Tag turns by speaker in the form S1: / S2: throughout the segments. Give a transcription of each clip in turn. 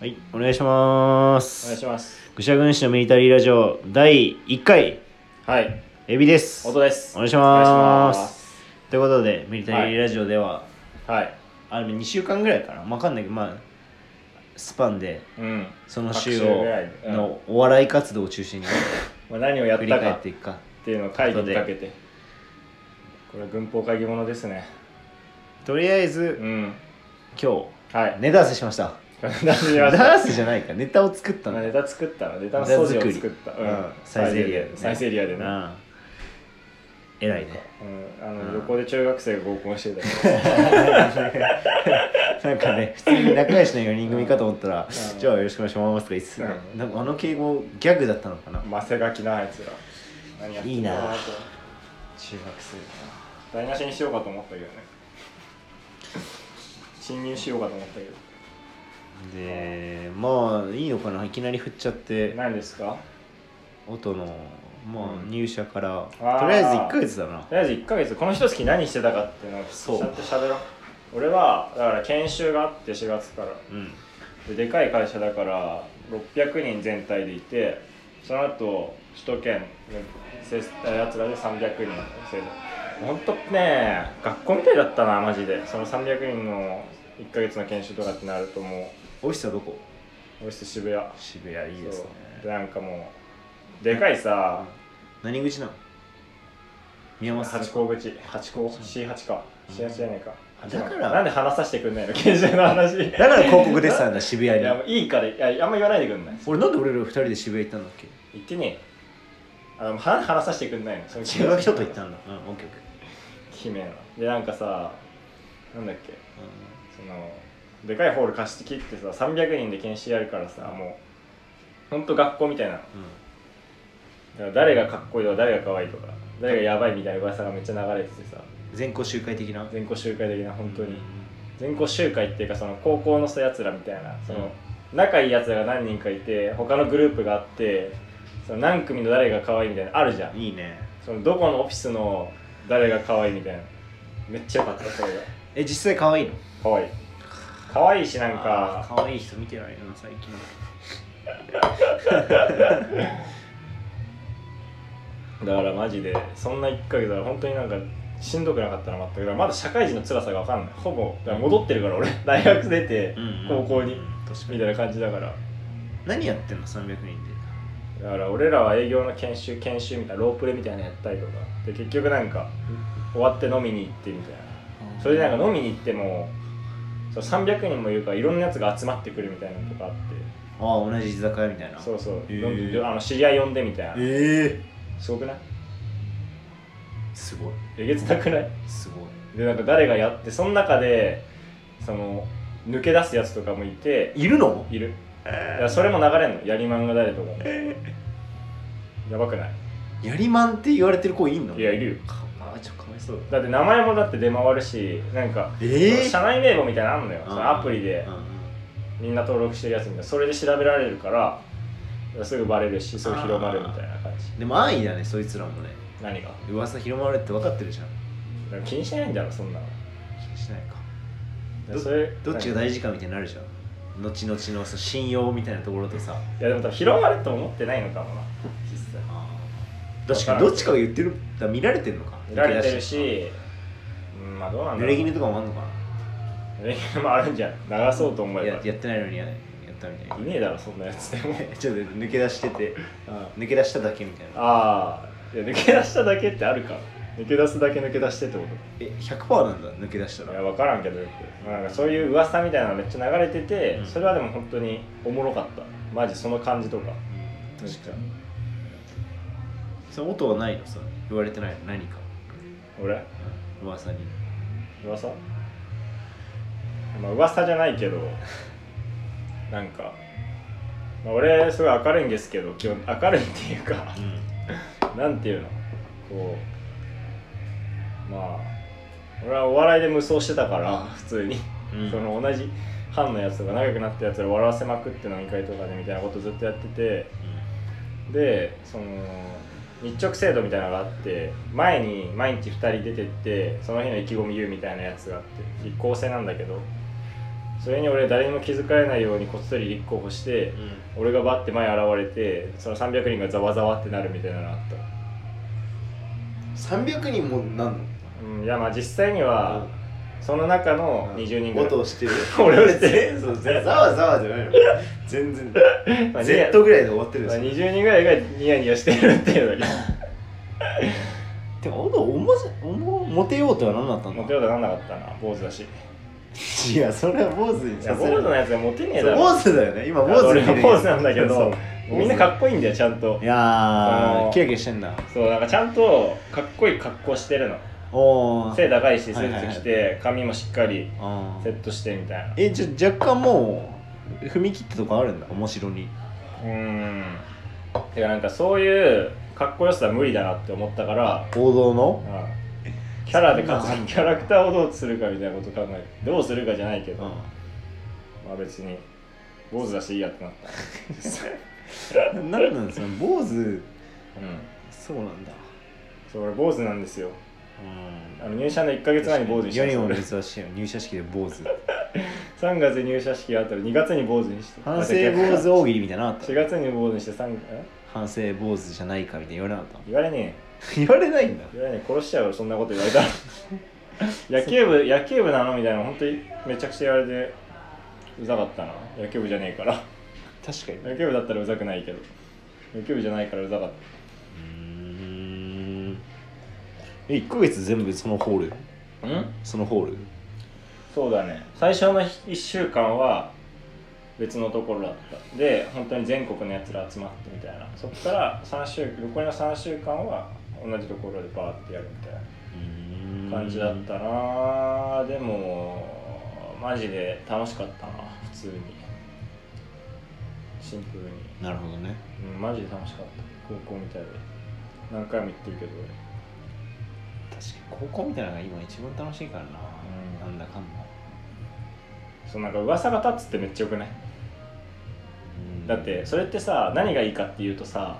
S1: はい、お願いしま
S2: お願い
S1: す。
S2: します
S1: 愚者軍師のミリタリーラジオ第1回、
S2: はい
S1: エビです。
S2: 音です
S1: お願いします
S2: お願いします
S1: ということで、ミリタリーラジオでは、
S2: はい
S1: あの2週間ぐらいかな、わかんないけど、まあ、スパンで、
S2: うん
S1: その週
S2: 各週
S1: を
S2: ぐらいうん
S1: のお笑い活動を中心に
S2: まあ、何をやっ
S1: 振り
S2: た
S1: 返
S2: かっ
S1: っていくか。
S2: ていうのを会議にかけてこれは軍法会議ものですね
S1: とりあえず、
S2: うん
S1: 今
S2: は
S1: 日、
S2: い
S1: ネタ合わせしました。
S2: 出し
S1: ネ
S2: ま
S1: タ
S2: し
S1: 合わ
S2: た
S1: せじゃないか、ネタを作ったんだ。
S2: ネタ作ったのネタの素地を作った、
S1: ネタ作りうんサイゼリアでね
S2: サイゼリアでね、うん、
S1: なあ偉いね。
S2: あの
S1: うん
S2: 横で中学生が合コンしてたよ
S1: なんかね、普通に仲良しの4人組かと思ったら、
S2: うん
S1: じゃあよろしくお願いしますとか言ってた
S2: うん
S1: なんかあの敬語ギャグだったのかな
S2: マセガキなあいつら何やってんだろう
S1: い
S2: と
S1: いな中学生
S2: 台無しにしようかと思ったけどね侵入しようかと思ったけど
S1: で、まあいいのかないきなり振っちゃって、
S2: 何ですか
S1: 音の、ま
S2: う
S1: あ
S2: ん
S1: 入社から、
S2: ー
S1: とりあえず1ヶ月だな
S2: と。りあえず1ヶ月この一月何してたかっていうのを
S1: そう
S2: ちゃんと喋ろう俺はだから研修があって4月から
S1: うん。
S2: ででかい会社だから600人全体でいてその後首都圏のやつらで300人生徒ほんとね学校みたいだったなマジでその300人の1ヶ月の研修とかってなるとも
S1: オフィスはどこ
S2: うオフィス渋谷
S1: 渋谷いいですね。
S2: そうなんかもうでかいさ
S1: 何口なの宮本さん
S2: 八。甲口八甲 C8 か C8 じゃねえか
S1: だから
S2: 八番なんで話させてくんないの研修の話い
S1: だから広告出てたんだ、渋谷に
S2: や。もういいからいやあんま言わないでくんない
S1: 俺なんで俺ら2人で渋谷行ったんだっけ
S2: 言ってねえあのは話させてくんないのその
S1: 違う人と行ったんだ。うん、オッケーオッケ
S2: 決めなでなんかさなんだっけ
S1: ーうん。
S2: そのでかいホール貸して切ってさ300人で研修やるからさもうほんと学校みたいな
S1: う
S2: のだから誰がかっこいいとか誰が可愛いとか誰がやばいみたいな噂がめっちゃ流れててさ
S1: ん、全校集会的な
S2: 全校集会的な本当に、全校集会っていうかその高校のやつらみたいなその仲いいやつらが何人かいて他のグループがあってその何組の誰が可愛いみたいなのあるじゃ
S1: うん
S2: ん
S1: いいね
S2: そのどこのオフィスの誰が可愛いみたいなめっちゃよかったそれが
S1: え実際可愛いの
S2: 可愛い可愛いしなん
S1: あ
S2: か
S1: ー可愛い人見てないな最近
S2: だからマジでそんな1ヶ月だから本当になんかしんどくなかったな全くだからまだ社会人の辛さが分かんないほぼだから戻ってるから俺 大学出て高校に
S1: 確か
S2: み
S1: に
S2: たいな感じだから
S1: 何やってんの300人
S2: だから俺らは営業の研修研修みたいなロープレみたいなのやったりとかで結局なんか終わって飲みに行ってみたいな
S1: で
S2: それでなんか飲みに行ってもそう300人もいるからいろんなやつが集まってくるみたいなのとかあって
S1: ああ同じ居酒屋みたいな
S2: そうそう、
S1: へー
S2: どんどんあの知り合い呼んでみたいな
S1: え
S2: すごくない
S1: ー、すごい
S2: えげつなくない
S1: すごい
S2: でなんか誰がやってその中でその抜け出すやつとかもいて
S1: いるの
S2: いる、いやそれも流れんのやりまんが誰とかもやばくない
S1: やりまんって言われてる子いんの
S2: いやいるよ
S1: かあーちょっとかわいそう
S2: だって名前もだって出回るしなんか
S1: え
S2: 社内名簿みたいなのあんのよ、
S1: うん
S2: そのアプリで
S1: うんうん
S2: みんな登録してるやつみたいなそれで調べられるからすぐバレるしすぐ広まるみたいな感じ
S1: でも安易だねそいつらもね
S2: 何が
S1: 噂広まるって分かってるじゃん
S2: でも気にしないんだろそんなの
S1: 気にしないか
S2: でそれ
S1: どっちが大事かみたいになるじゃん後々のその信用みたいなところとさ
S2: いやでも多分広まると思ってないのかもな実際
S1: 確かにどっちかが言ってるだから見られてるのか
S2: 見られてるしうんまあどうなんだ
S1: 濡
S2: ろう
S1: れ衣とかもあんのか
S2: 濡れ衣もあるんじゃん流そうと思
S1: な
S2: えば
S1: や
S2: い
S1: やってないのにややったみたいに
S2: ねえだろそんなやつでも
S1: ちょっと抜け出してて
S2: あ
S1: 抜け出しただけみたいな
S2: あいや抜け出しただけってあるか抜け出すだけ抜け出してってこと
S1: え100%なんだ抜け出した
S2: い
S1: ら
S2: や分からんけどよくなんかそういう噂みたいなのめっちゃ流れてて、
S1: うん
S2: それはでも本当におもろかったマジその感じとか
S1: 確かにその音はないのその言われてないの何か
S2: 俺
S1: うん噂に
S2: 噂まあ噂じゃないけどなんか、まあ、俺すごい明るいんですけど基本明るいっていうか
S1: うん
S2: なんていうのこうまあ俺はお笑いで無双してたから普通に、
S1: うん
S2: その同じ班のやつとか仲良くなったやつら笑わせまくって飲み会とかでみたいなことずっとやっててでその日直制度みたいなのがあって前に毎日2人出てってその日の意気込み言うみたいなやつがあって一向性なんだけどそれに俺誰にも気づかれないようにこっそり立候補して、俺がバッて前現れてその300人がざわざわってなるみたいなのあった
S1: 300人もなんの
S2: うん、いやまあ実際には、その中の20人ぐらい、
S1: 元をしてる
S2: 俺を知ってる
S1: そうざわざわじゃないの全然
S2: まあ
S1: Z ぐらいで終わってる
S2: ニ
S1: で
S2: ヤ
S1: し
S2: まあ
S1: ょ
S2: 20人ぐらいがニヤニヤしてるっていう のが
S1: てか音おもしおもモテようとは何だったん
S2: モテようとなんなかったな坊主だしい
S1: いやそれは坊主に
S2: や
S1: さ
S2: 坊
S1: せ
S2: 主
S1: る
S2: のやつはモテねえだ
S1: そう
S2: ろ
S1: 坊主だよね今坊主
S2: 俺
S1: 見て
S2: は
S1: る
S2: 坊主なんだけ
S1: そう
S2: ど
S1: そう
S2: みんなかっこいいんだよちゃんと
S1: いや
S2: そ
S1: ー
S2: の
S1: キラキラしてんだ
S2: そうなんかちゃんとかっこいい格好してるの
S1: おー
S2: 背高いしス
S1: はいはいはい
S2: ーツ着て、髪もしっかり
S1: あ
S2: セ
S1: ー
S2: ットしてみたいな
S1: えじゃ若干もう踏み切ったとこあるんだ面白に
S2: うーんてかなんかそういうかっこよさは無理だなって思ったから
S1: 王道の
S2: うんキャラで勝
S1: そんな
S2: つキャラクターをどうするかみたいなこと考えてどうするかじゃないけど、
S1: う
S2: まあ別に坊主だしいいやってなった、
S1: ん何なんですか坊主
S2: うん、
S1: そうなんだ
S2: そう俺坊主なんですよ
S1: うん
S2: あの入社の1か月前に坊主にした
S1: 世にも
S2: んです
S1: 珍しいよ入社式で坊 主
S2: 3月に入社式があったら2月に坊主にして
S1: 反省坊 主大喜利みたいなのあった
S2: 4月に坊主にして3え
S1: 反省坊主じゃないかみたいな言われなかっ
S2: 言われね
S1: た 言われないんだ
S2: え言われねえ殺しちゃうよそんなこと言われた ら野球部野球部なのみたいな本当にめちゃくちゃ言われてうざかったな野球部じゃねえから
S1: 確かにう
S2: 野球部だったらうざくないけど野球部じゃないからうざかった
S1: ーんえ1ヶ月全部そのホール
S2: うん
S1: そのホール
S2: そうだね最初の1週間は別のところだったで本当に全国のやつら集まってみたいなそっから3週残りの3週間は同じところでバーってやるみたいな感じだったなでもマジで楽しかったな普通にシンプルに、
S1: なるほどね
S2: うん、マジで楽しかった高校みたいで何回も言ってるけど俺
S1: 確かに高校みたいなのが今一番楽しいからな、
S2: う
S1: なんだかんだ、
S2: そうなんか噂が立つってめっちゃよくないだってそれってさ何がいいかっていうとさ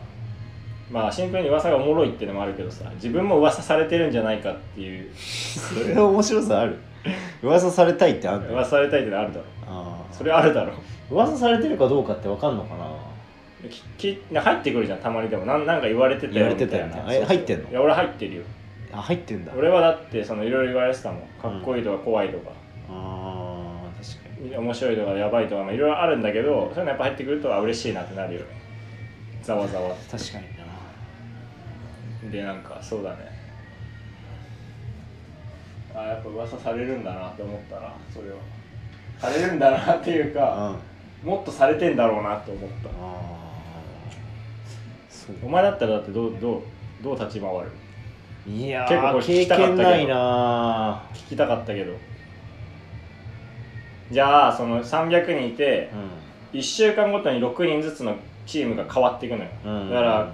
S2: まあシンプルに噂がおもろいっていうのもあるけどさ自分も噂されてるんじゃないかっていう
S1: それは面白さある 噂されたいってあるの
S2: 噂されたいってのあるだろ
S1: あー
S2: それあるだろ
S1: 噂されてるかどうかって分かんのかな
S2: きき入ってくるじゃんたまにでもなんなんか言われてた
S1: 言わ
S2: よ
S1: れ
S2: み
S1: て
S2: た
S1: たよね
S2: いな
S1: え
S2: そうそう
S1: 入ってんの
S2: いや俺入ってるよ
S1: あ入ってんだ
S2: 俺はだってそのいろいろ言われてたもんかっこいいとか怖いとか、
S1: あー確かに
S2: 面白いとかやばいとかまあいろいろあるんだけどそういうのやっぱ入ってくるとあ嬉しいなってなるよねざわざわ
S1: 確かにな
S2: でなんかそうだねあやっぱ噂されるんだなって思ったなそれはされるんだなっていうか
S1: うん
S2: もっとされてんだろうなって思った
S1: あーそう
S2: お前だったらだってどうどうどう立ち回る
S1: いや
S2: 結構
S1: ー
S2: これ聞
S1: 経
S2: きたかった
S1: 験
S2: けど
S1: ないな
S2: 聞きたかったけどじゃあその300人いて
S1: ー
S2: 1週間ごとに6人ずつのチームが変わっていくのよ、
S1: うん、うん、
S2: だから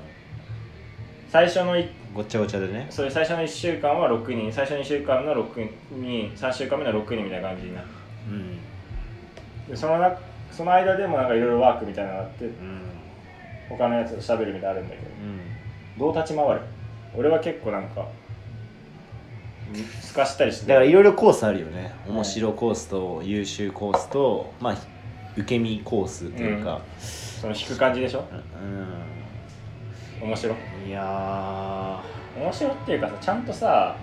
S2: 最初のい
S1: ごっちゃごちゃでね
S2: そういう最初の1週間は6人最初の2週間の6人3週間目の6人みたいな感じになる
S1: うん、
S2: でそのなその間でもなんかいろいろワークみたいなのがあって
S1: うん
S2: 他のやつと喋るみたいなのあるんだけど
S1: うん、
S2: どう立ち回る俺は結構なんかすかしたりして
S1: だからいろいろコースあるよね
S2: うん
S1: 面白コースと優秀コースとまあひ受け身コースというか、
S2: その引く感じでしょ
S1: うん
S2: 面白
S1: いや
S2: 面白っていうかさちゃんとさ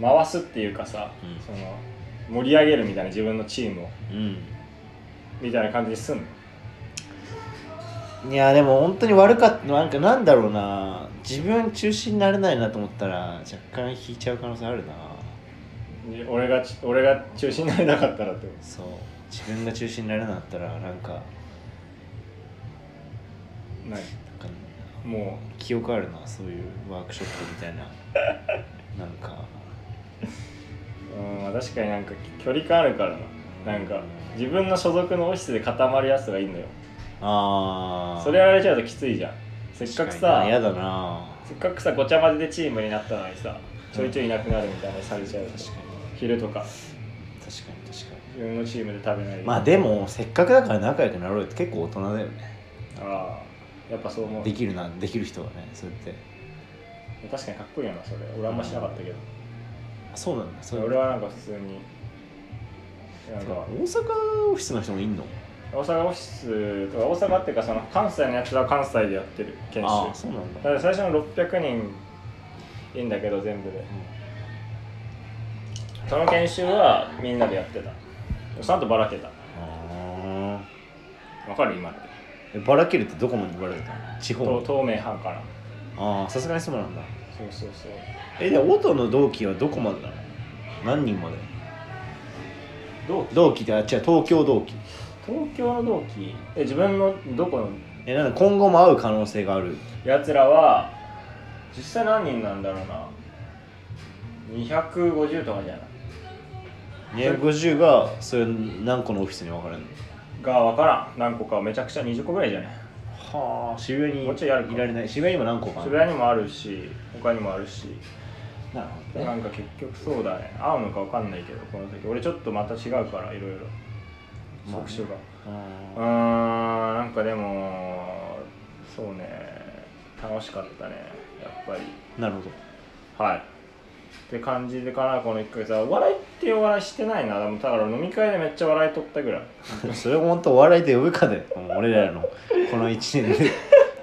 S1: ー、
S2: 回すっていうかさ、
S1: うん
S2: その盛り上げるみたいな自分のチームを
S1: うん、
S2: みたいな感じにすんの
S1: うん、いやーでも本当に悪かったなんかなんだろうな自分中心になれないなと思ったら若干引いちゃう可能性あるな
S2: で俺がち俺が中心になれなかったらってこ
S1: そう自分が中心になれなかったらなんかなんか
S2: とないも
S1: 記憶あるなそういうワークショップみたいな なんか
S2: ううん確かになんか距離感あるからななんか自分の所属のオフィスで固まるやつがいいんだよ
S1: ああ
S2: それやられちゃうときついじゃんせっかくさ
S1: 嫌だな
S2: せっかくさごちゃ混ぜでチームになったのにさちょいちょいいなくなるみたいなのされちゃうと
S1: 確か
S2: 昼とか
S1: に確かに確か
S2: 自分のチームで食べないで
S1: にまあでもせっかくだから仲良くなろうよって結構大人だよね
S2: ああやっぱそう思う
S1: できるなできる人はねそうやって
S2: 確かにかっこいいよなそれ俺あんましなかったけど
S1: あそうなんだそ
S2: 俺はなんか普通になんか
S1: 大阪オフィスの人もいんの
S2: 大阪オフィスとか大阪っていうかその関西のやつは関西でやってる研修
S1: ああそうなんだ
S2: だから最初の600人いいんだけど全部でその研修はみんなでやってたその後ばらけた
S1: あ
S2: わかる今ので
S1: あばらけるってどこまでばらけたの地方
S2: と
S1: の
S2: 透明班かな
S1: ああさすがにそうなんだ
S2: そうそうそう
S1: えでオトの同期はどこまでなの何人まで
S2: 同期
S1: 同期ってあ違う東京同期
S2: 東京の同期え自分のどこの
S1: えなんか今後も会う可能性がある
S2: やつらは実際何人なんだろうな250とかじゃない
S1: 250がそれ何個のオフィスに分かれるの
S2: が分からん何個かめちゃくちゃ20個ぐらいじゃない
S1: はあ渋谷に
S2: もうちょいあるか
S1: いられない渋谷にも何個かある
S2: 渋谷にもあるし他にもあるし
S1: なるほど
S2: な
S1: ね
S2: んか結局そうだね合うのか分かんないけどこの時俺ちょっとまた違うからいろいろ
S1: まあね
S2: 職種がう
S1: あ
S2: ーんなんかでもそうね楽しかったねやっぱり
S1: ーなるほど
S2: はいって感じでかなこの1ヶ月は笑いってお笑いしてないなでもだから飲み会でめっちゃ笑い取ったぐらい
S1: それを本当お笑いで呼ぶかでもう俺らのこの1年 で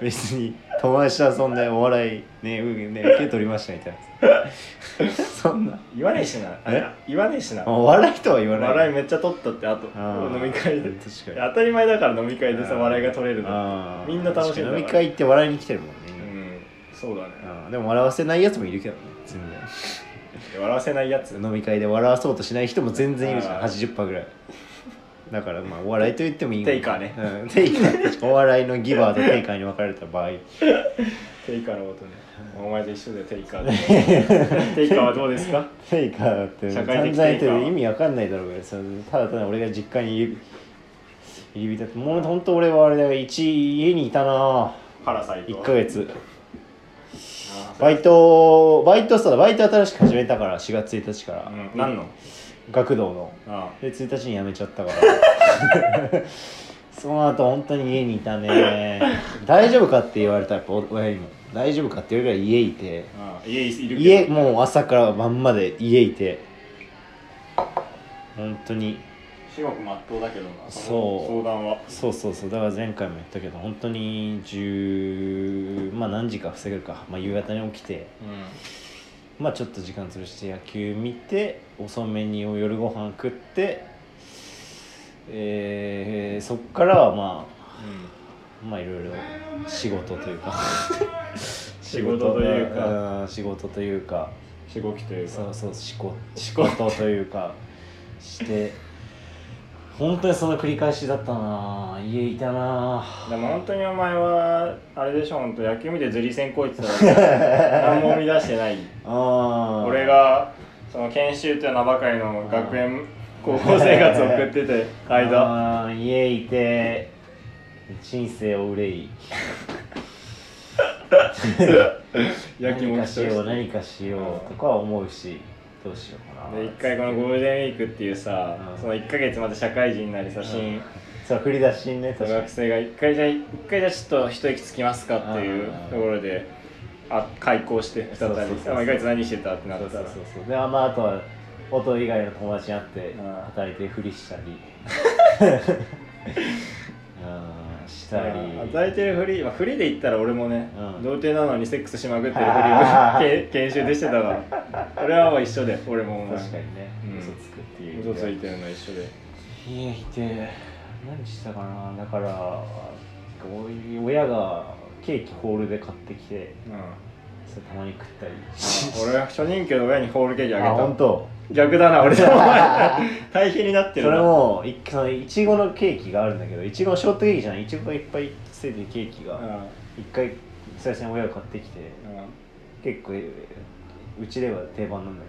S1: 別に友達と遊んでお笑いねうね受け取りましたみたい なそんな
S2: 言わねえしな
S1: え
S2: 言わねえしな
S1: もう笑いとは言わない
S2: 笑いめっちゃ取ったってあと
S1: あー
S2: 飲み会で
S1: 確かに
S2: 当たり前だから飲み会でさ笑いが取れるの
S1: あー
S2: みんな楽しんだ
S1: 確かに飲み会行って笑いに来てるもんね
S2: う、んそうだね
S1: あーでも笑わせないやつもいるけどね全
S2: 笑わせないやつ
S1: 然飲み会で笑わそうとしない人も全然いるじゃん
S2: あー
S1: 80%ぐらいだからまあお笑いと言ってもいい
S2: テイカーね
S1: うん、テイカーお笑いのギバーとテイカーに分かれた場合
S2: テイカーのことねお前と一緒でテイカー でテイカーはどうですか
S1: テイカーだって
S2: 社
S1: 散
S2: 会
S1: 々
S2: 的
S1: 言っ
S2: テイカー
S1: て意味わかんないだろうけどそのただただ俺が実家に入り入り浸ってもう本当俺はあれだよ一家にいたな
S2: 原斎藤
S1: 1ヶ月
S2: あー
S1: バイトバイトさバイト新しく始めたから4月1日から、
S2: うん何の
S1: 学童の
S2: あ
S1: で1日に辞めちゃったから その後本当に家にいたね大丈夫かって言われたやっぱ親にも大丈夫かって言われたら家いて
S2: ああ家いるけど
S1: 家もう朝から晩まで家いて本当に
S2: 至極まっとうだけどな
S1: そう
S2: の相談は
S1: そうそうそうだから前回も言ったけど本当に10まあ何時か防げるか、まあ、夕方に起きて
S2: う
S1: まあちょっと時間潰して野球見て遅めに夜ご飯食ってえー、そっからはま
S2: ん、うん、
S1: あまあいろいろ仕事というか
S2: 仕事というか
S1: うん仕事というか
S2: しごきというか
S1: そうそう仕事仕事というかして本当にその繰り返しだったな家いたな
S2: でも本当にお前はあれでしょ本当野球見てずり線こいつだ ら何も生み出してない
S1: あー
S2: 俺がその研修という名ばかりの学園高校生活を送ってて間
S1: あー家いて人生を憂い
S2: やき
S1: 何
S2: も
S1: か
S2: ち
S1: し
S2: として
S1: よう何かしようとかは思うしどうしようかな
S2: で一回このゴールデンウィークっていうさ、
S1: うん
S2: その1ヶ月まで社会人になりさ、新
S1: そう振り出しにね確かに
S2: 学生が一回じゃ一回じゃちょっと一息つきますかってい
S1: う
S2: う
S1: ん
S2: ところで、あ開校して再び
S1: そうそうそうそう
S2: あ1ヶ月何してたってなっ
S1: そ
S2: た
S1: うそう
S2: ら
S1: そうそうでまああとは音以外の友達に会って
S2: うん
S1: 働いてふりしたり うんしたり
S2: 与えてるフリー、まあ、フリーで言ったら俺もね、
S1: うん
S2: 童貞なのにセックスしまくってるフリ
S1: あ
S2: ーを
S1: ー
S2: け研修でしてたからそれはもう一緒で俺も
S1: 確かにね
S2: うん
S1: 嘘つくっていう
S2: 嘘ついてるの一緒で
S1: 家いて何したかなだからおい親がケーキホールで買ってきて
S2: うんあ
S1: それたまに食ったり
S2: 俺は初任給の親にホールケーキあげ
S1: あ
S2: た
S1: 本当。
S2: 逆だ な俺とお前大変になっ
S1: そ
S2: てるな
S1: れもいそのいちごのケーキがあるんだけどいちごのショートケーキじゃないいちごがいっぱいついてるケーキ
S2: うん
S1: が一回最初に親が買ってきて
S2: うんうん
S1: 結構えうちでは定番なんだ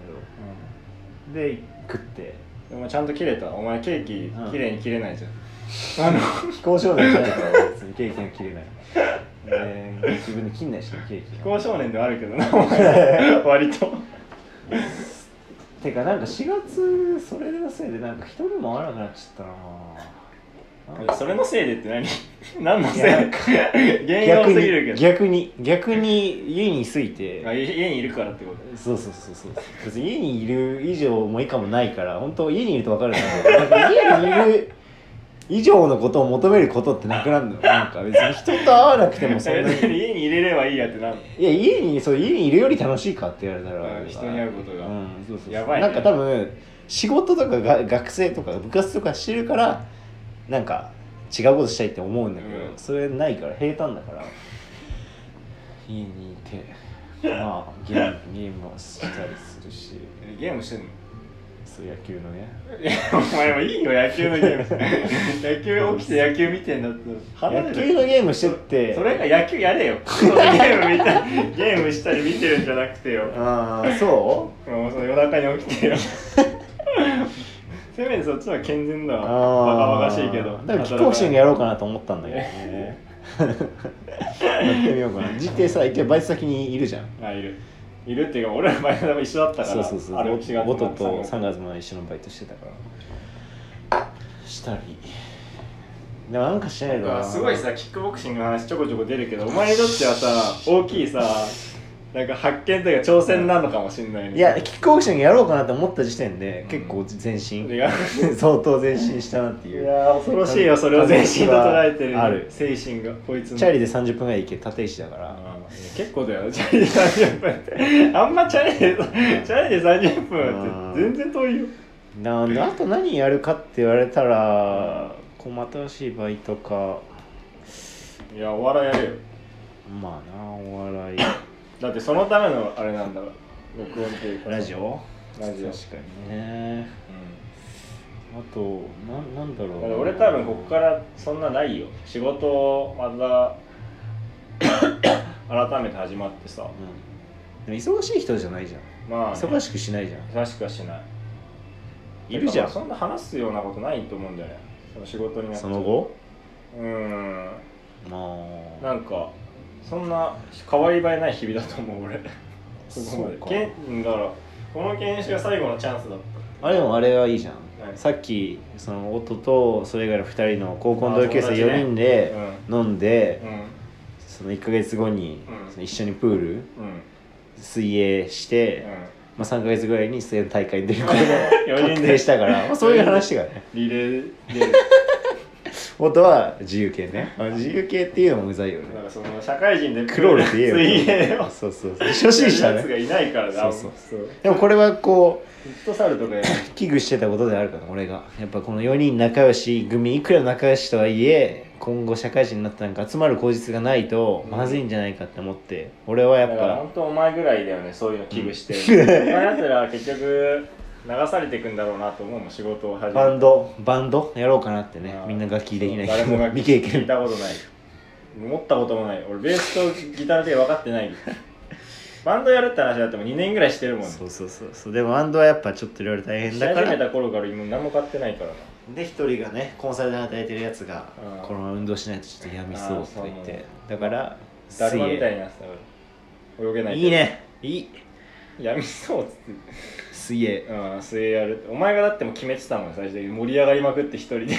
S1: けどで食って
S2: でもちゃんと切れたお前ケー
S1: う
S2: キ
S1: ん
S2: 綺麗に切れないじ ゃん、あの
S1: 非公少年じゃないから別にケーキが切れ ないで自分で切んないしねケーキ
S2: 非
S1: が
S2: 行少年ではあるけ どなお前割と
S1: てかなんか4月それのせいでなんか人にも会わなくなっちゃったな
S2: それのせいでって何 何のせい
S1: いや
S2: 原因が多すぎるけど
S1: 逆に逆に家について
S2: あ家家にいるからってこと
S1: そうそうそうそう別に家にいる以上も以下もないから本当家にいると分かるんだけどなんか家にいる以上のことを求めることってなくなるのよなんか別に人と会わなくてもそんなに
S2: え 家に入れればいいやってなる
S1: いや家にそう家にいるより楽しいかって言われたら、
S2: の人に会うことが、
S1: うんそうそうそう
S2: やばいね
S1: なんか多分仕事とかが学生とか部活とかしてるからなんか違うことしたいって思うんだけど、
S2: うん
S1: それないから平坦だから家にいてまあゲーム ゲームをしたりするし
S2: えゲームしてんの
S1: そう野球のね
S2: いやお前もいいよ野球のゲ ーム野球起きて野球見てんだって離れ
S1: 野
S2: る
S1: 球のゲームしてって
S2: それが野球や れよそのゲーム見たゲームしたり見てるんじゃなくてよ
S1: ああそ
S2: もうその夜中に起きてよ せめてそっちは健全だ
S1: う
S2: わバカバカしいけ
S1: あ
S2: ど
S1: ーだからキックボクシングやろうかなと思ったんだけど
S2: ね
S1: ねやってみようかな実定さ一応バイト先にいるじゃん
S2: あいるいるっていうか俺らの場合も一緒だったか
S1: そう
S2: ら
S1: そうそう
S2: あれ違う
S1: 元と3月まで一緒のバイトしてたからしたりでもなんかしないと
S2: なん
S1: な
S2: かすごいさキックボクシングの話ちょこちょこ出るけどお前にとってはさ大きいさなんか発見というか挑戦なのかもしんないね
S1: いやキックボクシングやろうかなと思った時点で、
S2: うん
S1: 結構前進
S2: いや
S1: 相当前進したなって
S2: い
S1: いう
S2: や恐ろしいよそれを全身と捉えてる
S1: ある
S2: 精神がこいつの
S1: チャリで30分ぐらい行け立石だから、
S2: あーいや結構だよチャリで30分ってあんまチャリでチャリで30分って全然遠いよ
S1: なんであと何やるかって言われたら困ったらしいバイトか
S2: いやお笑いやれよ
S1: まあなお笑い
S2: だってそのためのあれなんだから録音っていうか
S1: ラジオ
S2: ラジオ
S1: 確かにね
S2: う
S1: あとなんなんだろ
S2: んだから
S1: う
S2: 俺多分こっからそんなないよ仕事をまた改めて始まってさ
S1: うん、でも忙しい人じゃないじゃん、
S2: まあ、ね、
S1: 忙しくしないじゃん
S2: 忙しくはしない
S1: いるじゃん
S2: てかまあそんな話すようなことないと思うんだよねその仕事になって
S1: その後
S2: うーん
S1: まあ
S2: なんかそんな変わり映えない日々だと思う俺そこま
S1: そう
S2: で
S1: か
S2: けんだからこの研修が最後のチャンスだった
S1: あれもあれはいいじゃん、
S2: はい
S1: さっきその夫とそれ以外の2人の高校の
S2: あ
S1: 同級生
S2: 友達ね
S1: 4人で飲んで、
S2: うん
S1: その1か月後に
S2: うん
S1: その一緒にプール
S2: うんうん
S1: 水泳して、まあ、3か月ぐらいに水泳の大会に出ること
S2: 四
S1: が
S2: 人で
S1: 確定したから、まあ、そういう話がね
S2: リレーで
S1: 夫は自由形ねあ自由形っていうのもうざいよ
S2: なん
S1: ね
S2: かその社会人で
S1: クロールって言えよ
S2: 水泳を
S1: そうそうそう初心者
S2: やるやつ
S1: ね
S2: がいないからだ
S1: そう
S2: そうフ
S1: でもこれはこう
S2: ットサルとかやる
S1: 危惧してたことであるから俺がやっぱこの4人仲良し組いくら仲良しとはいえ今後社会人になったなんか集まる口実がないとまずいんじゃないかって思って俺はや
S2: だ
S1: っ
S2: から
S1: ぱ
S2: 本当お前ぐらいだよねそういうの危 惧してる、お前やつらは結局流されていくんだろうなと思うもん仕事を始め
S1: バンドバンドやろうかなってね
S2: あー
S1: みんな楽器できない
S2: そう
S1: け
S2: 誰も
S1: ど
S2: が
S1: 未経
S2: 聞い
S1: 験
S2: たことない持ったこともない俺ベースとギターで分かっ てないバンドやるって話だっても2年ぐらいしてるもんね
S1: そうそうそうそうでもバンドはやっぱちょっといろいろ大変
S2: し
S1: だ
S2: 始
S1: か
S2: め
S1: ら
S2: た頃から今何も買ってないからな
S1: で一人がねコンサルで働いてるやつが
S2: うん
S1: このまま運動しないとちょっとやみそうって言っ
S2: あー
S1: てだから
S2: だる
S1: 水
S2: まみたい
S1: 泳
S2: になってたから泳げないけど
S1: いいねいい
S2: やみそうっつって
S1: 水泳
S2: うん、水泳やるってお前がだってもう決めてたもん最初的に盛り上がりまくって一人で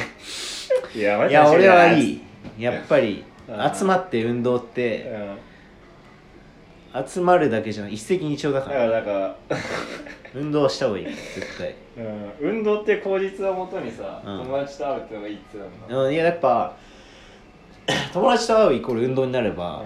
S2: いやマ
S1: い
S2: ジで
S1: や
S2: 走り
S1: 俺
S2: だな
S1: はいいやっぱり
S2: うん
S1: 集まって運動っ
S2: う
S1: て
S2: ん
S1: 集まるだけじゃなく一石二鳥だ
S2: だ
S1: か
S2: かららなんか、
S1: 運動した方がいい絶対
S2: うん、運動って口実をもとにさ、
S1: うん
S2: 友達と会うってのがいいっつうの
S1: うんいややっぱ 友達と会うイコール運動になれば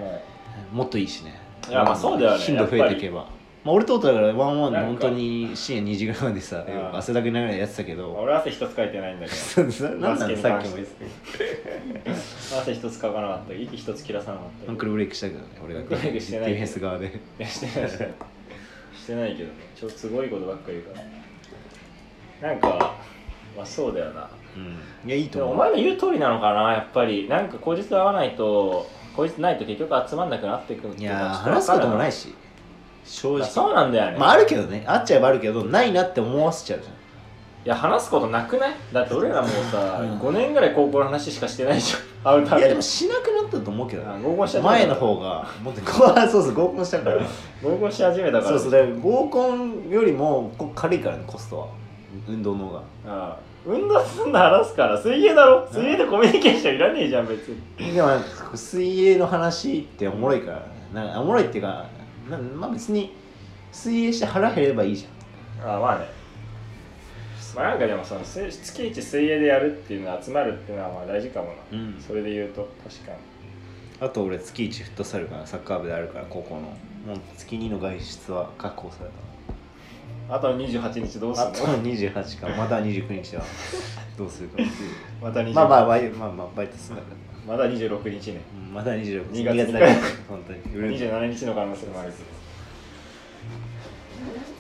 S1: もっといいしね
S2: いやまあそうだよね
S1: 頻度増えていけばまあ俺と弟だからワンワンで
S2: なん
S1: 本
S2: か
S1: 当に深夜2時ぐらいまでさ
S2: うん
S1: 汗だくにながらやってたけ
S2: うん、
S1: ど
S2: 俺汗一つかいてないんだけど
S1: そうそう なんな
S2: バス
S1: の
S2: ケに
S1: さっ
S2: 関
S1: き
S2: し
S1: も
S2: て
S1: 言って
S2: 汗一つかかなかった息一つ切らさなかった
S1: アンクルブレイクしたけどね俺が
S2: ア
S1: デ
S2: ンクルブレイクして
S1: ィ
S2: ない
S1: フェンス側で
S2: いやしてないしてないしてないけどねちょっとすごいことばっかり言うからなんかまあそうだよな
S1: うんいやいいと
S2: で
S1: 思
S2: もお
S1: う
S2: 前の言う通りなのかなやっぱりなんか口実合わないと口実ないと結局集まんなくなってくる
S1: いやー話すこともない
S2: し
S1: し正直
S2: そうなんだよね、
S1: まああるけどねあっちゃえばあるけどないなって思わせちゃうじゃ
S2: いや話すことなくないだって俺らもうさ、
S1: うん
S2: 5年ぐらい高校の話しかしてないじゃん会う た
S1: んいやで
S2: びに
S1: もしなくなったと思うけど
S2: あ
S1: ね
S2: 合コンし始めた
S1: 前の方がもっとこうそうそう合コンしたから
S2: 合コンし始めたから
S1: そうそうだから合コンよりもこう軽いからねコストは運動の方が
S2: ああ運動すんの話すから水泳だろ水泳でコミュニケーションいらねえじゃん別に
S1: でもなんか水泳の話っておもろいからなんかおもろいっていうかなまあ別に水泳して腹減ればいいじ
S2: ああまあねまあなんかでもその水月一水泳でやるっていうの集まるっていうのはまあ大事かもな、
S1: ゃん、うん
S2: それで言うと確かに
S1: あと俺月1フットサルかなサッカー部であるから高校のもう月2の外出は確保され
S2: あと28日どう
S1: た
S2: する
S1: あと
S2: の
S1: 28かまた29日はどうするか
S2: また20
S1: まあまあバイ,、まあ、まあバイトするんだから
S2: まだ26日ね
S1: うんまだ26
S2: 2月
S1: だけ本当に
S2: 27日の可能性もある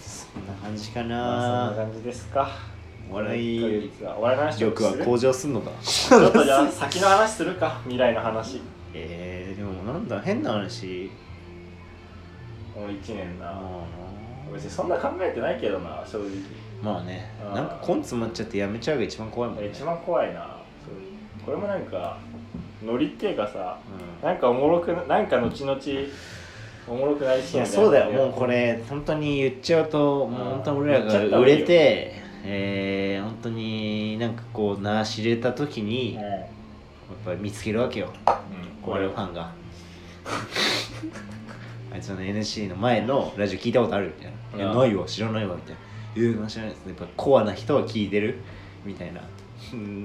S1: そんな感じか
S2: まあそ
S1: な
S2: んな感じですか
S1: お笑い
S2: 1ヶ月はお笑いの話よ
S1: 力
S2: く
S1: は
S2: する
S1: 向上すんのか
S2: ちょっとじゃあ先の話するか未来の話
S1: えー、でもなんだ変な話
S2: もう1年な
S1: あ
S2: 別にそんな考えてないけどな正直
S1: ーまあね
S2: あー
S1: なんか根詰まっちゃってやめちゃうが一番怖いもんね
S2: 一番怖いなそうこれもなんかノリっていうかさ
S1: うん
S2: なんかおもろくななんか後々おもろくなり
S1: い
S2: そう
S1: や
S2: な
S1: そうだよもうこれ本当に言っちゃうともう本当に俺ら
S2: 言っちゃった
S1: が
S2: 方
S1: 売
S2: がいいよ
S1: れてえー、本当になんかこう名知れた時に
S2: うん
S1: やっぱり見つけるわけよ
S2: こ
S1: 俺
S2: れ
S1: のファン があいつの NSC の前のラジオ聞いたことあるみたいな「
S2: う
S1: いやな
S2: ん
S1: いわ知らないわ」みたいな「えー、知らないですねやっぱコアな人は聞いてる」みたいな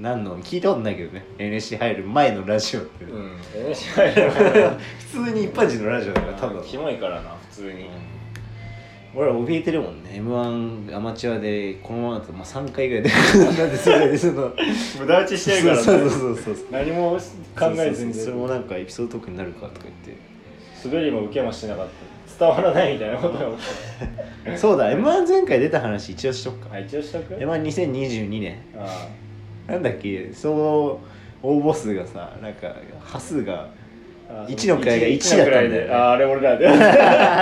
S1: なんの聞いたことないけどね NSC 入る前のラジオって、
S2: うん NSC
S1: 普通に一般人のラジオだからただの
S2: キモいからな普通に
S1: 俺ら怯えてるもんね m 1アマチュアでこのままだと、まあ、3回ぐらいで なんでそれでその
S2: 無駄打ちしてるからね
S1: そうそうそうそう
S2: 何も考えずに
S1: そうそうそうそれもなんかエピソードトークになるかとか言って
S2: 滑りも受けもしなかった伝わらないみたいなことが起き
S1: そうだ m 1前回出た話一応しとくか
S2: たあ一応しとく
S1: m 1 2 0 2 2年
S2: あ
S1: なんだっけ総応募数がさなんか波数 が
S2: あ
S1: 一の位が一
S2: の
S1: だったんだよね
S2: 位でああれ俺らで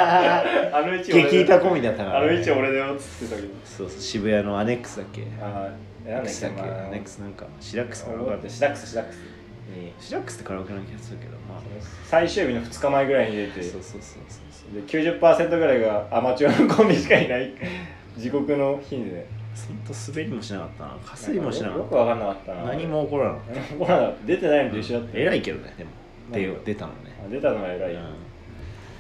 S2: あの一俺
S1: 激
S2: だ
S1: 痛コミだったか
S2: あ
S1: ら、
S2: の一俺だよっつってたけど
S1: そうそう渋谷のアネックスだっけア
S2: ああ
S1: ネ
S2: な
S1: ック
S2: んだっ
S1: ス
S2: け
S1: だっけ
S2: まあ
S1: アネックスなんかシラックスか
S2: 俺もだってシダックスシダックスに
S1: シラックスってカラオケの気がするけどまあ
S2: 最終日の2日前ぐらいに出て
S1: そうそうそうそう
S2: で90%ぐらいがアマチュアのコンビしかいない地獄の日でね
S1: そうほんと滑りもしなかったなかすりもしな
S2: よ
S1: かっ
S2: く分かんなかった
S1: た
S2: な
S1: 何 も起こらなかっ
S2: 何もほら出てないのと一緒だった
S1: 偉いけどねでも
S2: な
S1: 出
S2: んで
S1: よ出たのね
S2: あ出たのが偉い、
S1: うん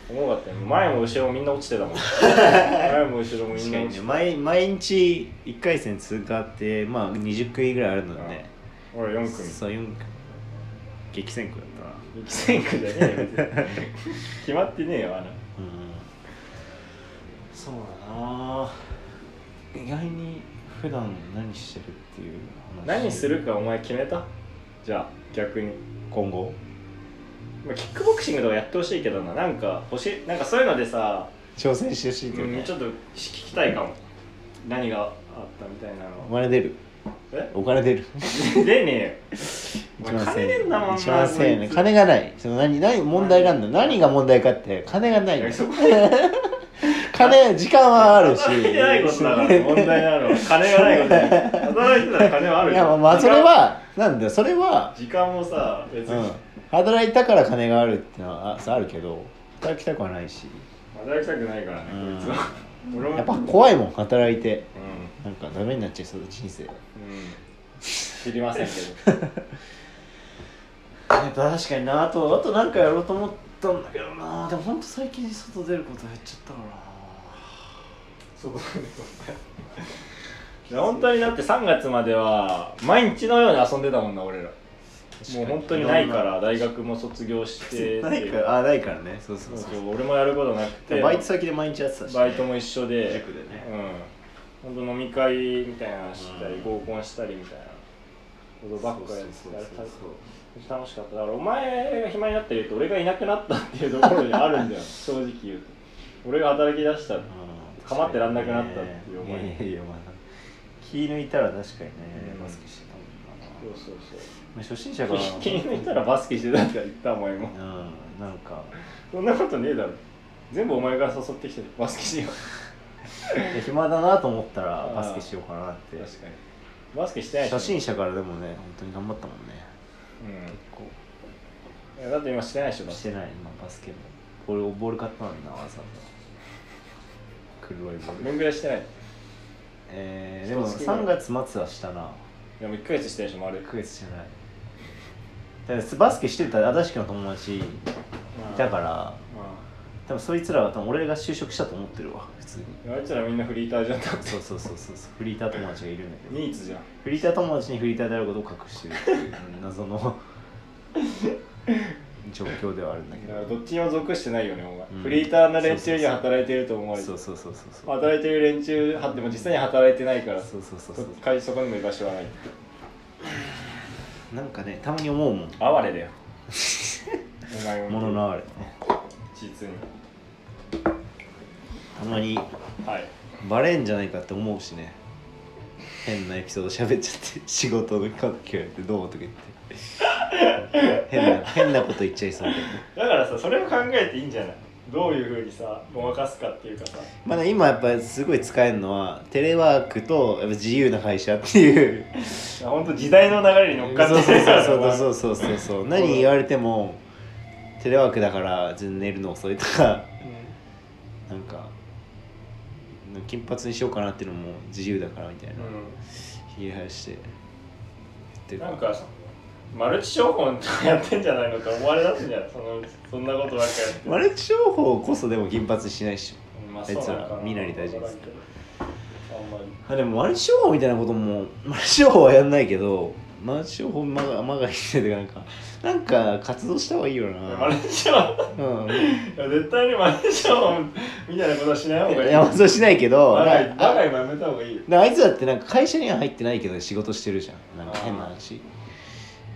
S2: おもろかったよ前も後ろもみんな落ちてたもん 前も後ろもみ
S1: 確かに
S2: んな落ち
S1: ね
S2: て
S1: 毎毎日1回戦通過ってまあ20組ぐらいあるのでね
S2: た俺4組
S1: そう4組激戦区だったな
S2: 激戦区じゃねえよ別 に決まってねえよあの
S1: うんそうだな意外に普段何してるっていう話
S2: 何するかお前決めたじゃあ逆に、
S1: 今後
S2: まあ、キックボクシングとかやってほしいけどななんか欲しいなんかそういうのでさ、
S1: 挑戦してほしいという
S2: うん
S1: ね
S2: ちょっと聞きたいかも何があったみたいな
S1: お
S2: の
S1: 金出る
S2: え
S1: お金出る
S2: でねえよお
S1: 1万
S2: 前
S1: 1000
S2: 金ねん
S1: 円
S2: だもんな
S1: 1万1000円ね
S2: こいつ
S1: 金がないその何何問題なんだ何が問題かって金がない
S2: い
S1: の
S2: やそこ
S1: 金時間はあるし
S2: 働いてないことだから問題なのは金がないことだよ働いてたら金はある
S1: い
S2: じ
S1: や
S2: ゃん
S1: まあまあそれはなんだよそれは
S2: 時間もさ別に、
S1: うん働いたから金があるってのはああるけど働きたくはないし
S2: 働きたくないからね、
S1: うん
S2: こいつは俺も
S1: やっぱ怖いもん働いて
S2: う
S1: な
S2: ん、
S1: んかダメになっちゃいそうだ人生
S2: うん、知りませんけど
S1: 確かになあとあとなんかやろうと思ったんだけどなでもほんと最近外出ること減っちゃったから
S2: そう本当にだって3月までは毎日のように遊んでたもんな俺らもう本当にないから大学も卒業して
S1: ないからあないからねそうそ
S2: そうう
S1: そう
S2: そう俺もやることなくて
S1: バイト先で毎日やってたし、
S2: バイトも一緒で
S1: 塾でね
S2: うん本当飲み会みたいなのしたり、
S1: うん
S2: 合コンしたりみたいなことばっかやって
S1: そう
S2: た
S1: そうそう
S2: 楽しかっただからお前が暇になって言うと俺がいなくなったっていうところにある んだよ正直言うと俺が働き出した
S1: うん
S2: 構ってらんなくなったっていう思い
S1: ややいやまあ気抜いたら確かにね
S2: うん
S1: バスケしてたもんな
S2: そうそうそ
S1: まあ初心者が
S2: う 気に抜いたらバスケしてたって言ったお前も
S1: うんなんか
S2: そんなことねえだろ全部お前が誘ってきてバスケしよう
S1: で暇だなと思ったら
S2: あー
S1: バスケしようかなって
S2: 確かにバスケしてないし
S1: 初心者からでもね本当に頑張ったもんね結
S2: う
S1: 構
S2: んいやだって今してないでしょバスケ
S1: してない今バスケも俺ボール買ったのになわざわざ黒いボー
S2: ど
S1: ル
S2: んぐらいしてない
S1: えー、でも
S2: 一月ぐらい
S1: 3月末はしたな
S2: でも1ヶ月してる人もある
S1: 1ヶ月じゃないだからバスケしてた足立区の友達いたから多分そいつらは多分俺が就職したと思ってるわ普通に
S2: うんあいつらみんなフリーターじゃんだって
S1: そうそうそうそうそうフリーター友達がいるんだけど
S2: ニーツじゃん
S1: フリーター友達にフリーターであることを隠してる っていう謎の状況ではあるんだけ
S2: だ
S1: ど
S2: からどっちにも属してないよねお前、
S1: うん
S2: フリーターな連中には働いてると思われて
S1: そうそうそうそうそう
S2: 働いてる連中はでも実際に働いてないから
S1: そうそうそうそ
S2: 会そこにも居場所はな いう
S1: なんかねたまに思うもん
S2: 哀れだよお前も
S1: もののあれね
S2: 実に
S1: たまに
S2: はい
S1: バレんじゃないかって思うしね変なエピソード喋っちゃって仕事の関係ってどうとか言って変な変なこと言っちゃいそうで
S2: だからさそれを考えていいんじゃないどういうふうにさごまかすかっていうかさ
S1: まだ今やっぱりすごい使えるのはテレワークとやっぱ自由な会社っていう
S2: 本当時代の流れに乗っかっ
S1: そ
S2: て
S1: うそうそう
S2: う
S1: そうそうそうそうそう何言われてもテレワークだから全然寝るの遅いとかなんか金髪にしようかなっていうのも自由だからみたいなひげ生やしてやって
S2: う
S1: る
S2: ん、なんかマルチ商法やってんじゃないのって思われだすんじゃないそのそんなことばっかやって
S1: マルチ商法こそでも金髪にしないっしょ
S2: ま
S1: あいつら身なり大事です
S2: あんまり
S1: あでもマルチ商法みたいなこともマルチ商法はやんないけどマルチ商法まがまがいててなんかなんか活動した方がいいよ
S2: マル
S1: な
S2: チ商法
S1: うん
S2: いや絶対にマルチ商法みたいなことはしない方がいい
S1: いやまあそうしないけど
S2: バカい
S1: な
S2: バカ今やめた方がいいよ
S1: なあいつだってなんか会社には入ってないけど仕事してるじゃんなんか変な話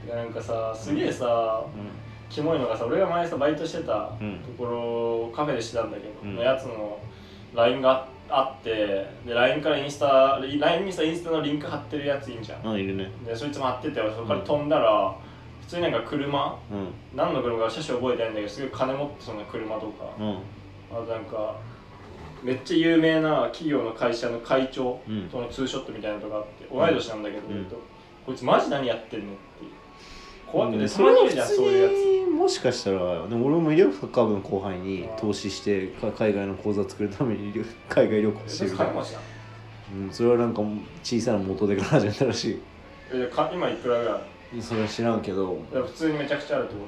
S2: なんかさすげえさ
S1: う
S2: キモいのがさ俺が前さバイトしてたと
S1: うん
S2: ころ、カフェでしてたんだけど、
S1: うん
S2: のやつの LINE があってで LINE からインスタ LINE にさインスタのリンク貼ってるやついいんじゃん、
S1: んうんいるね
S2: でそいつ待ってて俺そこから飛んだら、普通になんか車
S1: う
S2: 何の車か車種覚えてないんだけどすごい金持ってそんな車とか、
S1: んうん
S2: あとなんかめっちゃ有名な企業の会社の会長
S1: うん
S2: とのツーショットみたいなのとかあって、同い年なんだけど、
S1: うん
S2: えっとこいつマジ何やってんのっていう怖くて、
S1: うん
S2: たまにいるじゃんそういうや
S1: 普通にもしかしたらでも俺も医療サッカー部の後輩に投資してか海外の口座作るために医療 海外旅行
S2: つ
S1: して
S2: そ
S1: る
S2: いつ
S1: みたい
S2: 金
S1: な
S2: 持ちなの
S1: うん、それはなんか小さな元でから始めたらし
S2: えか今いくらぐらいある
S1: いそれは知らんけど
S2: だから普通にめちゃくちゃあるってこ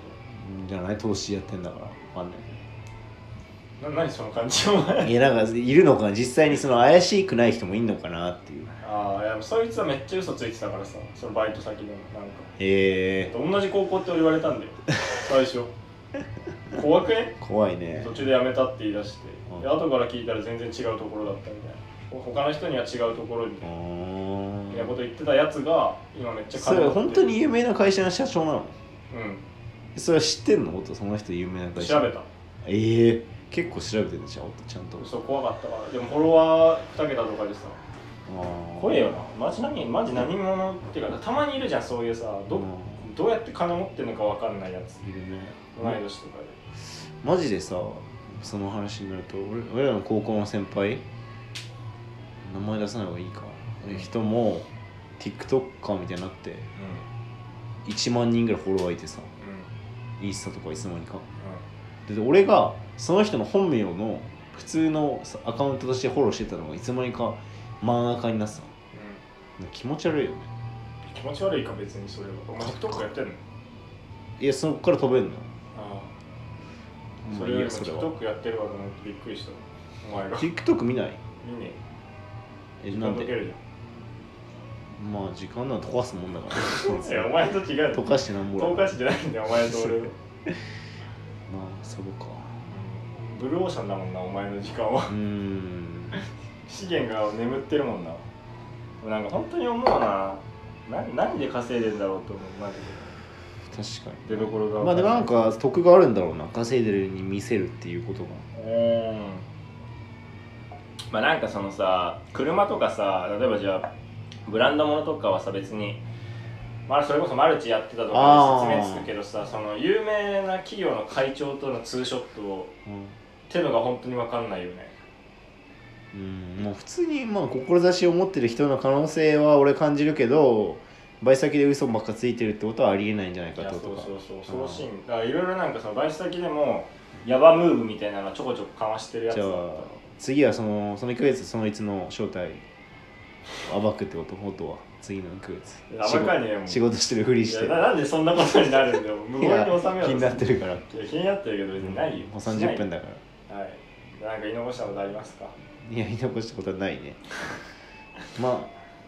S1: じゃない投資やってんだからわかんな
S2: とな何その感じお前
S1: いいやなんかいるのかな実際にその怪しくない人もいんのかなっていう
S2: ああいやそいつはめっちゃ嘘ついてたからさそのバイト先でもなんか
S1: へえ
S2: 同じ高校って俺言われたんだよ最初怖くね
S1: 怖いね
S2: 途中で辞めたって言い出して、
S1: うん
S2: で後から聞いたら全然違うところだったみたいなほ他の人には違うところにみ
S1: う
S2: たいなみたい
S1: ー
S2: なんこと言ってたやつが今めっちゃ
S1: そ
S2: 持
S1: れ
S2: ってる
S1: 本当に有名な会社の社長なの
S2: う
S1: それは知ってんの音その人有名なん会社
S2: 調べた
S1: ええ結構調べてるじゃん音ちゃんと
S2: そう怖かったからでもフォロワー2桁とかでさ
S1: あー
S2: 怖えよなマジ何マジ何者っていうかたまにいるじゃんそういうさど,、
S1: うん
S2: どうやって金持ってんのか分かんないやつ
S1: いるね
S2: 同い年とかで、
S1: マジでさその話になると俺俺らの高校の先輩名前出さない方がいいかえ人も TikToker みたいになって1万人ぐらいフォロワーいてさ
S2: うん
S1: インスタとかいつの間にか
S2: う
S1: で俺がその人の本名の普通のさアカウントとしてフォローしてたのがいつの間にか真ん中になってたの
S2: んうん
S1: 気持ち悪いよね
S2: 気持ち悪いか別にそれはお前 TikTok やってんの
S1: いやそこから飛べんの
S2: ああ
S1: ま
S2: そ
S1: あ
S2: れ
S1: いい
S2: より
S1: や
S2: も
S1: それは
S2: TikTok やってるわと思ってびっくりしたお前が
S1: TikTok 見ない
S2: 見ね
S1: え
S2: え
S1: なん
S2: 時間解け
S1: で
S2: るじ
S1: まあ時間なんて溶かすもんだから
S2: ゃん いやお前と違う
S1: 溶かしてなんぼ
S2: 東
S1: ら
S2: 海市じゃないんだよお前と俺は
S1: まあそうか
S2: ブルーオーシャンだもんなお前の時間は
S1: うーん
S2: 資源が眠ってるもんななんか本当に思うなな何で稼いでんだろうと思うマジ
S1: 確か
S2: で出どころが
S1: に
S2: 分
S1: まあでも
S2: ら
S1: なんか得があるんだろうな稼いでるように見せるっていうことが
S2: うんまあなんかそのさ車とかさ例えばじゃあブランド物とかはさ別に、まあ、それこそマルチやってたとかで
S1: あー
S2: 説明つくけどさその有名な企業の会長とのツーショットを
S1: う
S2: ってのが本当に分かんないよね
S1: ん、うん、まあ普通にまあ志を持ってる人の可能性は俺感じるけど倍先で嘘ばっかついてるってことはありえないんじゃない
S2: い
S1: かっ
S2: や
S1: て
S2: そ
S1: こ
S2: う
S1: とか
S2: そうそう恐ろしいだからいろいろなんかその外出先でもヤバムーブみたいなのちょこちょこかましてるやつ
S1: じ
S2: だ
S1: ゃ
S2: っ
S1: あ次はそのその1ヶ月そのいつの正体暴くってこと元は次の9月
S2: やばかねえもん
S1: 仕事してるふりし
S2: い
S1: て
S2: やななんでそんなことになるん だよ無
S1: い
S2: 言に
S1: や
S2: 収めようとする
S1: 気になってるからも
S2: いや気になってるけど別にないよ
S1: う30分だから
S2: はいなんか言い残したことありますから
S1: やり残したことはないねま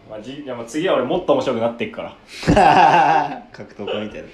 S2: まあ、じいやまあ次は俺もっと面白くなっていくから
S1: あ格闘家みたいな